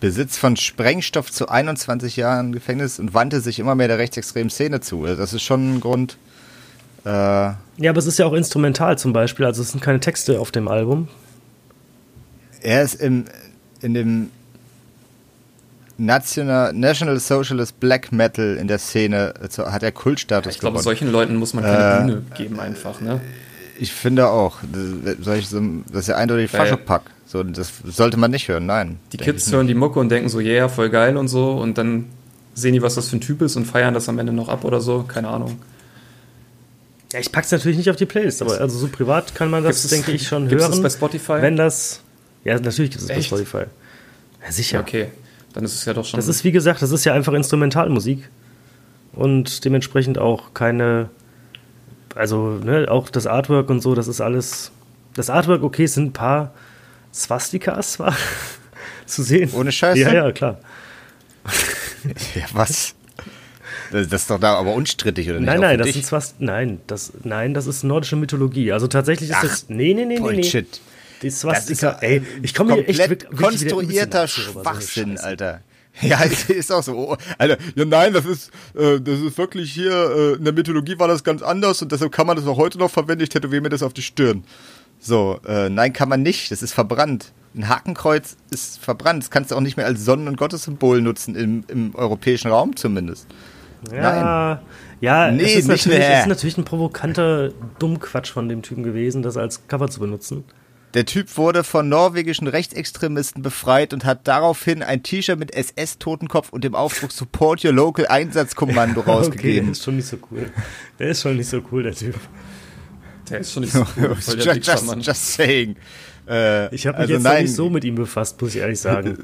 Besitz von Sprengstoff zu 21 Jahren Gefängnis und wandte sich immer mehr der rechtsextremen Szene zu. Also Das ist schon ein Grund. Äh, ja, aber es ist ja auch instrumental zum Beispiel, also es sind keine Texte auf dem Album. Er ist im, in dem National, National Socialist Black Metal in der Szene, äh, zu- hat er Kultstatus Ich glaube, gewonnen. solchen Leuten muss man keine Bühne geben einfach, ne? Ich finde auch, das, solche sind- das ist ja eindeutig Weil- Faschopack. So, das sollte man nicht hören, nein. Die denke Kids ich. hören die Mucke und denken so, yeah, voll geil und so. Und dann sehen die, was das für ein Typ ist und feiern das am Ende noch ab oder so. Keine Ahnung. Ja, ich pack's natürlich nicht auf die Playlist, aber also so privat kann man das, Gibt's das- denke ich, schon gibt's hören. das bei Spotify? Wenn das. Ja, natürlich gibt es bei Echt? Spotify. Ja, sicher. Ja. Okay, dann ist es ja doch schon. Das ist, wie gesagt, das ist ja einfach Instrumentalmusik. Und dementsprechend auch keine. Also, ne, auch das Artwork und so, das ist alles. Das Artwork, okay, es sind ein paar Swastikas zwar zu sehen. Ohne Scheiße? Ja, ja, klar. Ja, was? Das das ist doch da aber unstrittig, oder nicht? Nein, Auch nein, für das dich. sind Swast nein, das, nein, das ist nordische Mythologie. Also tatsächlich ist Ach, das. Nee, nee, nee, nee, nee. Bullshit. Die Swastika, Das ist ja ey, ich komme hier echt komplett wirklich wieder ein bisschen konstruierter nachts rüber, so eine Schwachsinn, Scheiße. Alter. Ja, ist auch so. Oh, Alter, ja, nein, das ist, äh, das ist wirklich hier, äh, in der Mythologie war das ganz anders und deshalb kann man das auch heute noch verwenden. Ich tätowiere mir das auf die Stirn. So, äh, nein, kann man nicht. Das ist verbrannt. Ein Hakenkreuz ist verbrannt. Das kannst du auch nicht mehr als Sonnen- und Gottessymbol nutzen, im, im europäischen Raum zumindest. Ja, ja Nee, es ist nicht natürlich, mehr. ist natürlich ein provokanter Dummquatsch von dem Typen gewesen, das als Cover zu benutzen. Der Typ wurde von norwegischen Rechtsextremisten befreit und hat daraufhin ein T-Shirt mit SS-Totenkopf und dem Aufdruck Support Your Local Einsatzkommando Okay, der rausgegeben. ist schon nicht so cool. Der ist schon nicht so cool, der Typ. der ist schon nicht so cool. Voll der just, just, Dickschamann. just saying. Äh, Ich habe mich also jetzt noch nein, nicht so mit ihm befasst, muss ich ehrlich sagen.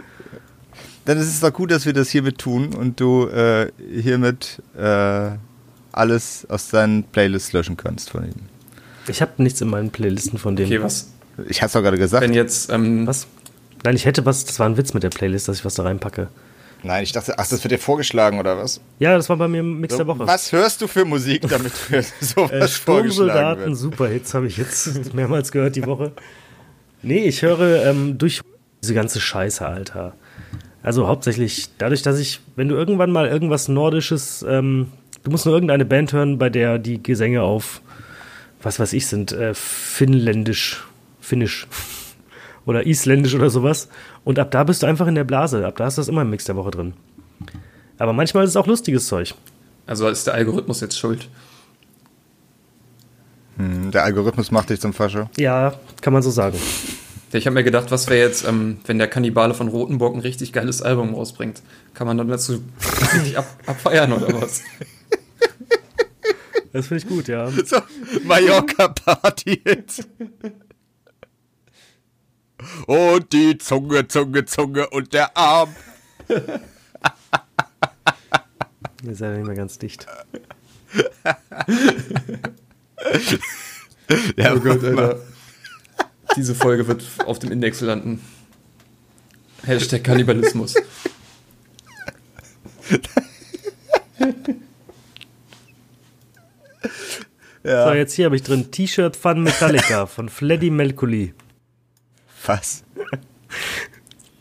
Dann ist es doch gut, dass wir das hiermit tun und du äh, hiermit äh, alles aus deinen Playlists löschen kannst von ihm. Ich habe nichts in meinen Playlisten von dem. Okay, was? Ich hab's doch gerade gesagt. Wenn jetzt, ähm, Was? Nein, ich hätte was, das war ein Witz mit der Playlist, dass ich was da reinpacke. nein, ich dachte, ach, das wird dir vorgeschlagen oder was? Ja, das war bei mir im Mix der Woche. Was hörst du für Musik, damit du sowas Äh, vorgeschlagen Sturmsoldaten, wird? Superhits habe ich jetzt mehrmals gehört die Woche. Nee, ich höre ähm, durch diese ganze Scheiße, Alter. Also hauptsächlich dadurch, dass ich, wenn du irgendwann mal irgendwas Nordisches, ähm, du musst nur irgendeine Band hören, bei der die Gesänge auf, was weiß ich, sind äh, finnländisch, finnisch oder isländisch oder sowas. Und ab da bist du einfach in der Blase. Ab da ist das immer im Mix der Woche drin. Aber manchmal ist es auch lustiges Zeug. also ist der Algorithmus jetzt schuld? Hm, Der Algorithmus macht dich zum Fascho. Ja, kann man so sagen. Ich habe mir gedacht, was wäre jetzt, ähm, wenn der Kannibale von Rotenburg ein richtig geiles Album rausbringt? Kann man dann dazu richtig ab, abfeiern oder was? Das finde ich gut, ja. So, Mallorca-Party jetzt. Und die Zunge, Zunge, Zunge und der Arm. Ihr seid ja nicht mehr ganz dicht. Ja, Oh Gott, Alter. Diese Folge wird auf dem Index landen. Hashtag Kannibalismus. So, jetzt hier habe ich drin T-Shirt Fun Metallica von Fleddy Melcoli. Was?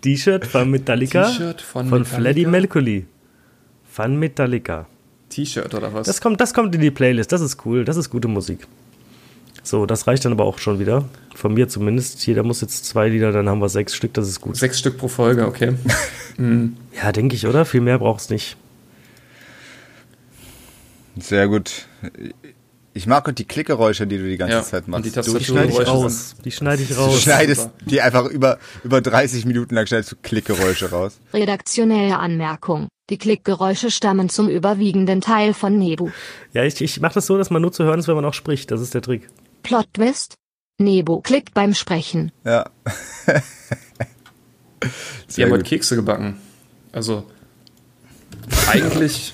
T-Shirt Fun Metallica T-Shirt von von Metallica? Fleddy Melcoli. Fun Metallica. T-Shirt oder was? Das kommt, das kommt in die Playlist. Das ist cool. Das ist gute Musik. So, das reicht dann aber auch schon wieder. Von mir zumindest. Jeder muss jetzt zwei Lieder, dann haben wir sechs Stück, das ist gut. Sechs Stück pro Folge, okay. Ja, denke ich, oder? Viel mehr braucht's nicht. Sehr gut. Ich mag und die Klickgeräusche, die du die ganze Ja, Zeit und machst. die du Tastatur- schneid- Schneide ich Geräusche raus. Die schneide ich Oh, raus. schneidest die einfach über, über 30 Minuten lang schneidest du Klickgeräusche raus. Redaktionelle Anmerkung. Die Klickgeräusche stammen zum überwiegenden Teil von Nebu. Ja, ich, ich mache das so, dass man nur zu hören ist, wenn man auch spricht. Das ist der Trick. Plot Twist? Nebu klickt beim Sprechen. Ja. Wir Sehr haben gut. heute Kekse gebacken. Also, eigentlich.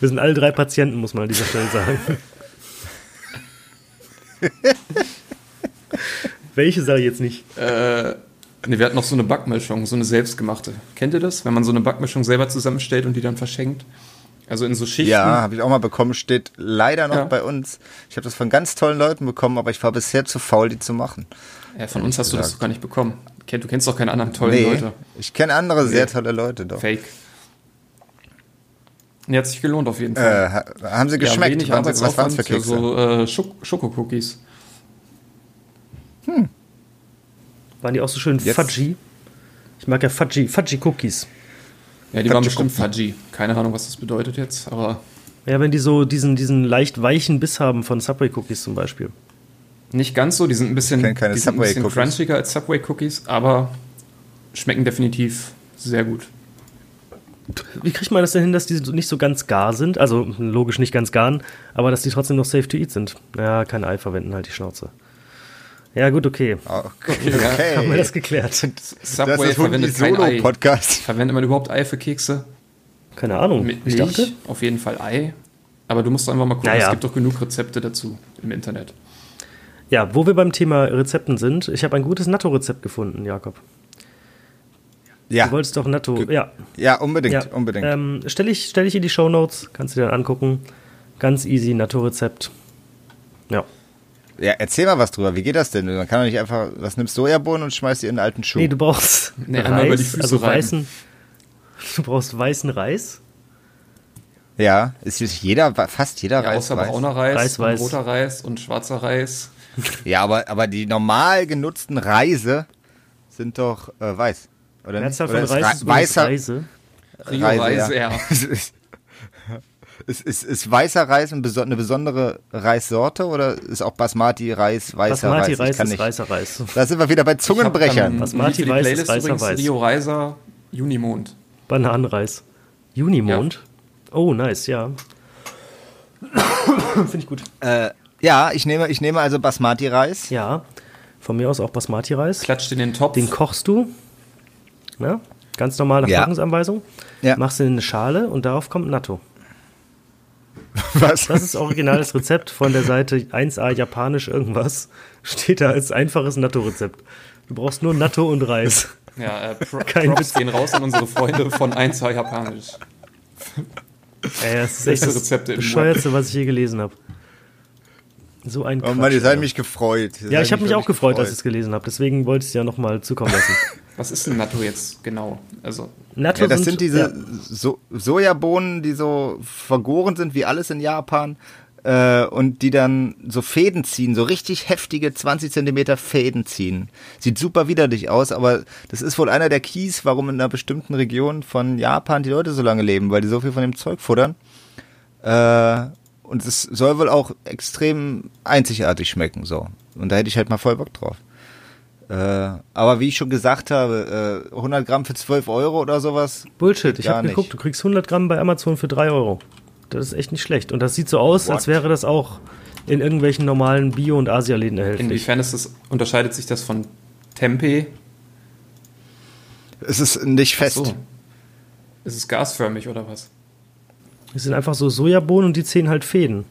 Wir sind alle drei Patienten, muss man an dieser Stelle sagen. Welche sage ich jetzt nicht? Äh, ne, wir hatten noch so eine Backmischung, so eine selbstgemachte. Kennt ihr das? Wenn man so eine Backmischung selber zusammenstellt und die dann verschenkt? Also in so Schichten. Ja, habe ich auch mal bekommen. Steht leider noch Ja. bei uns. Ich habe das von ganz tollen Leuten bekommen, aber ich war bisher zu faul, die zu machen. Ja, von uns hast du das doch gar nicht bekommen. Ken- Du kennst doch keine anderen tollen Nee, Leute. ich kenne andere sehr tolle Leute doch. Fake. Nee, hat sich gelohnt auf jeden Äh, Fall. ha- haben sie geschmeckt? wenig Waren sie- was waren es für Arbeitsaufwand, Kekse? So äh, Schok Schokokookies. Waren die auch so schön Jetzt- fudgy? Ich mag ja fudgy, fudgy Cookies. Ja, die waren Fudgy bestimmt fudgy. Keine Ahnung, was das bedeutet jetzt, aber Ja, wenn die so diesen, diesen leicht weichen Biss haben von Subway Cookies zum Beispiel. nicht ganz so. Die sind ein bisschen, Ich kenn keine die sind ein bisschen Subway-Cookies. crunchiger als Subway-Cookies, aber schmecken definitiv sehr gut. Wie kriegt man das denn hin, dass die so- nicht so ganz gar sind? Also logisch nicht ganz garen, aber dass die trotzdem noch safe to eat sind. Ja, kein Ei verwenden, halt die Schnauze. Ja, gut, okay. Okay. ja. Haben wir das geklärt? Das Subway ist Hundi verwendet kein Ei. Solo-Podcast. Verwendet man überhaupt Ei für Kekse? Keine Oh, Ahnung. Mit Ich Milch? dachte. Auf jeden Fall Ei. Aber du musst einfach mal gucken, Naja. es gibt doch genug Rezepte dazu im Internet. Ja, wo wir beim Thema Rezepten sind, ich habe ein gutes Natto-Rezept gefunden, Jakob. Ja. Du wolltest doch Natto. Ge- ja, ja, unbedingt, ja. unbedingt. Ähm, Stelle ich, stell ich in die Show Notes, kannst du dir dann angucken. Ganz easy Natto-Rezept. Ja. Ja, erzähl mal was drüber. Wie geht das denn? Man kann doch nicht einfach, was nimmst Sojabohnen und schmeißt die in einen alten Schuh. Nee, du brauchst Nee, einmal über die Reis, Füße also reiben. weißen. Du brauchst weißen Reis. ja, ist jetzt jeder, fast jeder Ja, Reis außer weiß. brauner Reis, Reis und weiß. roter Reis und schwarzer Reis. Ja, aber, aber die normal genutzten Reise sind doch äh, weiß. Oder nicht? Mehrzahl Oder von ist Reis Ra- ist übrigens weißer Reise. Rio Reise, ja. Es ist, es ist, ist weißer Reis ein beso- eine besondere Reissorte oder ist auch Basmati-Reis weißer Basmati Reis? Reis ich kann ist nicht. weißer Reis. Da sind wir wieder bei Ich hab dann Zungenbrechern. ein Basmati Lied für die Weiß ist Playlist weißer übrigens, Weiß. Rio Reiser, Junimond. Bananenreis. Junimond. Oh, nice, ja. Finde ich gut. Äh, ja, ich nehme, ich nehme also Basmati-Reis. Ja. Von mir aus auch Basmati-Reis. Klatscht in den Topf. Den kochst du. Ne? Ganz normal nach Ja. Packungsanweisung. Ja. Machst du in eine Schale und darauf kommt Natto. Was? Das ist originales Rezept von der Seite 1a japanisch irgendwas. Steht da als einfaches Natto-Rezept. Du brauchst nur Natto und Reis. ja, äh, Pro Kein Props Witz. gehen raus an unsere Freunde von 1 Japanisch. Ey, das ist echt Beste das Rezepte im Web. bescheuerste, was ich je gelesen habe. So ein Oh Mann, ihr Quatsch, seid ey. mich gefreut. Ihr Ja, seid ich habe mich wirklich auch gefreut, dass ich es gelesen habe. Deswegen wollte ich es ja nochmal zukommen lassen. Was ist denn Natto jetzt genau? Also, Natto Ja, das sind diese ja, so Sojabohnen, die so vergoren sind wie alles in Japan äh, und die dann so Fäden ziehen, so richtig heftige 20 Zentimeter Fäden ziehen. Sieht super widerlich aus, aber das ist wohl einer der Keys, warum in einer bestimmten Region von Japan die Leute so lange leben, weil die so viel von dem Zeug futtern. Äh, und es soll wohl auch extrem einzigartig schmecken, so. Und da hätte ich halt mal voll Bock drauf. Äh, aber wie ich schon gesagt habe, äh, 100 Gramm für 12 Euro oder sowas. Bullshit. Ich Gar habe nicht. geguckt, du kriegst 100 Gramm bei Amazon für 3 Euro. Das ist echt nicht schlecht. Und das sieht so aus, als What? wäre das auch in irgendwelchen normalen Bio- und Asialäden erhältlich. inwiefern ist das, unterscheidet sich das von Tempeh? Es ist nicht fest. So. Ist es gasförmig oder was? Es sind einfach so Sojabohnen und die ziehen halt Fäden.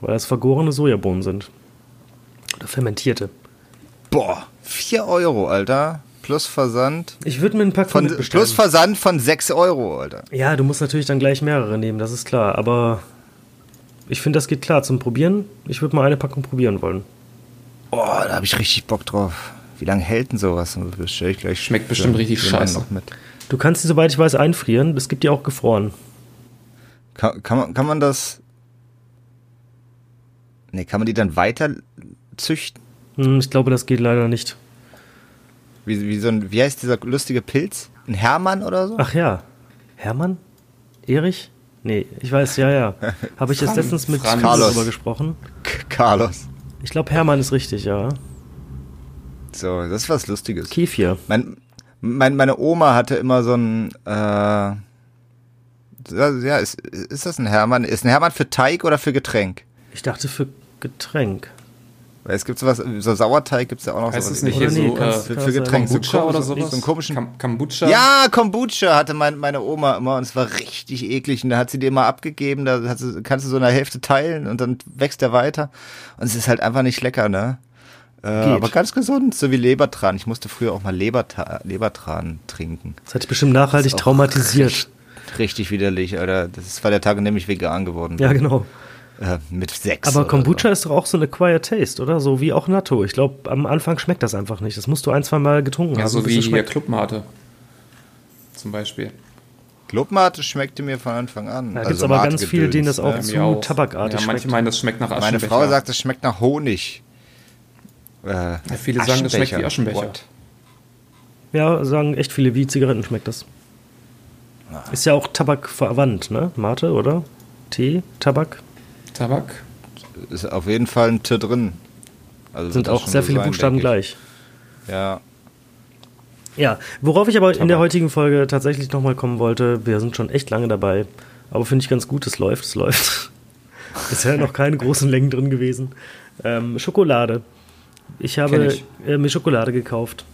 Weil das vergorene Sojabohnen sind. Oder fermentierte. Boah, 4 Euro, Alter. Plus Versand. Ich würde mir ein Pack von Von, plus Versand von 6 Euro, Alter. Ja, du musst natürlich dann gleich mehrere nehmen, das ist klar. Aber ich finde, das geht klar zum Probieren. Ich würde mal eine Packung probieren wollen. Boah, da habe ich richtig Bock drauf. Wie lange hält denn sowas? Bestell ich gleich Schmeckt bestimmt richtig jemanden scheiße. Noch mit. Du kannst sie, soweit ich weiß, einfrieren. Es gibt die auch gefroren. Kann, kann, man, kann man das. Nee, kann man die dann weiter züchten? Hm, ich glaube, das geht leider nicht. Wie, wie, so ein, wie heißt dieser lustige Pilz? Ein Hermann oder so? Ach ja. Hermann? Erich? Nee, ich weiß, ja, ja. Habe ich jetzt Fran- letztens mit Carlos Franz. Carlos. darüber gesprochen. K- Carlos. Ich glaube, Hermann ist richtig, ja. So, das ist was Lustiges. Kefir. Mein, mein, meine Oma hatte immer so ein. Äh, ja, ist, ist das ein Hermann? Ist ein Hermann für Teig oder für Getränk? Ich dachte für Getränk. Weil es gibt sowas, so Sauerteig gibt es ja auch noch Heißt sowas es nicht ähnliches. hier so kannst- äh, kannst für, du für sagen. Getränk. Kombucha so, oder so- sowas? So einen komischen. Kam Kombucha? ja, Kombucha hatte mein, meine Oma immer und es war richtig eklig. Und da hat sie dir mal abgegeben, da hat sie, kannst du so eine Hälfte teilen und dann wächst der weiter. Und es ist halt einfach nicht lecker, ne? Äh, aber ganz gesund, so wie Lebertran. Ich musste früher auch mal Leberta Lebertran trinken. Das hat dich bestimmt nachhaltig Ist auch traumatisiert. Richtig widerlich, Alter. Das war der Tag, an dem ich vegan geworden bin. Ja, genau. Äh, mit sechs. Aber oder Kombucha ist doch auch so eine Quiet Taste, oder? So wie auch Natto. Ich glaube, am Anfang schmeckt das einfach nicht. Das musst du ein, zwei Mal getrunken Ja, haben. so bis wie es hier schmeckt. Clubmate. Zum Beispiel. So. Clubmate schmeckte mir von Anfang an. Da gibt's aber ganz viele, denen das Mategedöns, auch ne? zu mir tabakartig Ja, manche schmeckt. meinen, das schmeckt nach Aschenbecher. Meine Frau sagt, es schmeckt nach Honig. Äh, Ja, viele sagen, das schmeckt wie Aschenbecher. What? Ja, sagen echt viele, wie Zigaretten schmeckt das. Ist ja auch Tabak verwandt, ne? Mate, oder? Tee, Tabak. Tabak? Ist auf jeden Fall ein T drin. Also wird Sind das auch schon sehr so viele sein, Buchstaben denke ich. gleich. Ja. Ja, worauf ich aber in der heutigen Folge tatsächlich nochmal kommen wollte, wir sind schon echt lange dabei, aber finde ich ganz gut, es läuft, es läuft. Bisher noch keine großen Längen drin gewesen. Ähm, Schokolade. Ich habe Kenn ich. Äh, mir Schokolade gekauft.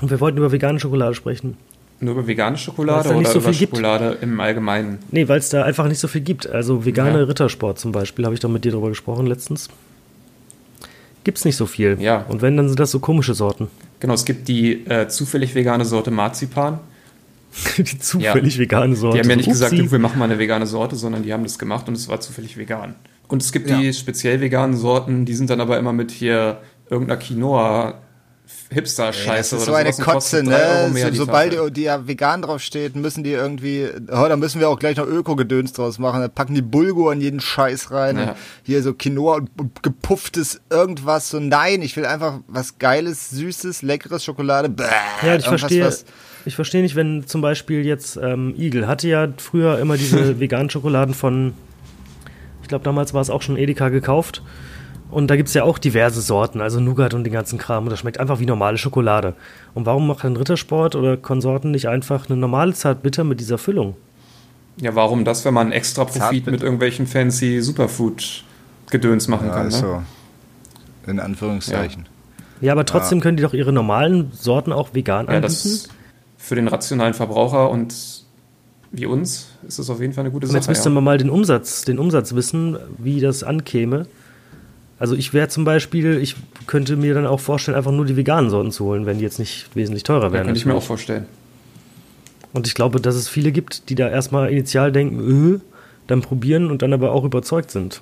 Und wir wollten über vegane Schokolade sprechen. Nur über vegane Weil's Schokolade da nicht oder so über viel gibt. Schokolade im Allgemeinen? Nee, weil es da einfach nicht so viel gibt. Also vegane Ja. Rittersport zum Beispiel, habe ich doch mit dir drüber gesprochen letztens. Gibt's nicht so viel. Ja. Und wenn, dann sind das so komische Sorten. Genau, es gibt die äh, zufällig vegane Sorte Marzipan. Die zufällig vegane Sorten. Die haben ja nicht gesagt, Upsi. du, wir machen mal eine vegane Sorte, sondern die haben das gemacht und es war zufällig vegan. Und es gibt die speziell veganen Sorten, die sind dann aber immer mit hier irgendeiner Quinoa Ey, Hipster-Scheiße das ist oder so eine sowas und kosten Kotze, drei Euro ne? mehr So, die sobald Tafel. die, die ja vegan draufsteht, müssen die irgendwie, oh, da müssen wir auch gleich noch Öko-Gedöns draus machen. Da packen die Bulgur in jeden Scheiß rein. Ja. Und hier so Quinoa und und gepufftes irgendwas. So, nein, ich will einfach was Geiles, Süßes, Leckeres, Schokolade. Bäh, Ja, ich irgendwas, verstehe. was- Ich verstehe nicht, wenn zum Beispiel jetzt ähm, Igel hatte ja früher immer diese veganen Schokoladen von, ich glaube damals war es auch schon Edeka gekauft. Und da gibt es ja auch diverse Sorten, also Nougat und den ganzen Kram. Und das schmeckt einfach wie normale Schokolade. Und warum macht ein Rittersport oder Konsorten nicht einfach eine normale Zartbitter mit dieser Füllung? Ja, warum das, wenn man extra Profit Zartbitter. mit irgendwelchen fancy Superfood-Gedöns machen Ja, kann? ist Ne? so. Also, In Anführungszeichen. Ja, aber trotzdem können die doch ihre normalen Sorten auch vegan Ja, anbieten. das für den rationalen Verbraucher und wie uns ist das auf jeden Fall eine gute Und Sache. jetzt müsste ja. man mal den Umsatz, den Umsatz wissen, wie das ankäme. Also ich wäre zum Beispiel, ich könnte mir dann auch vorstellen, einfach nur die veganen Sorten zu holen, wenn die jetzt nicht wesentlich teurer ja, wären. könnte ich mir auch vorstellen. Und ich glaube, dass es viele gibt, die da erstmal initial denken, äh, dann probieren und dann aber auch überzeugt sind.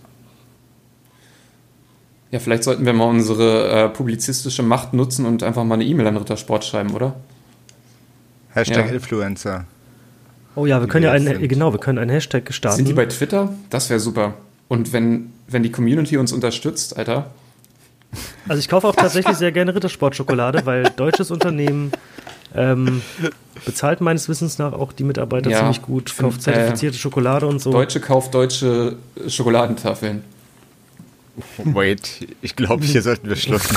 Ja, vielleicht sollten wir mal unsere äh, publizistische Macht nutzen und einfach mal eine E-Mail an Rittersport schreiben, oder? Hashtag Ja. Influencer. Oh ja, wir Die können ja wir jetzt einen, sind. genau, wir können einen Hashtag starten. Sind die bei Twitter? Das wäre super. Und wenn, wenn die Community uns unterstützt, Alter, Also ich kaufe auch tatsächlich sehr gerne Rittersportschokolade, weil deutsches Unternehmen ähm, bezahlt meines Wissens nach auch die Mitarbeiter Ja, ziemlich gut, ich find, kauft zertifizierte Schokolade und so. Deutsche kauft deutsche äh, Schokoladentafeln. Wait, ich glaube, hier sollten wir schlussen.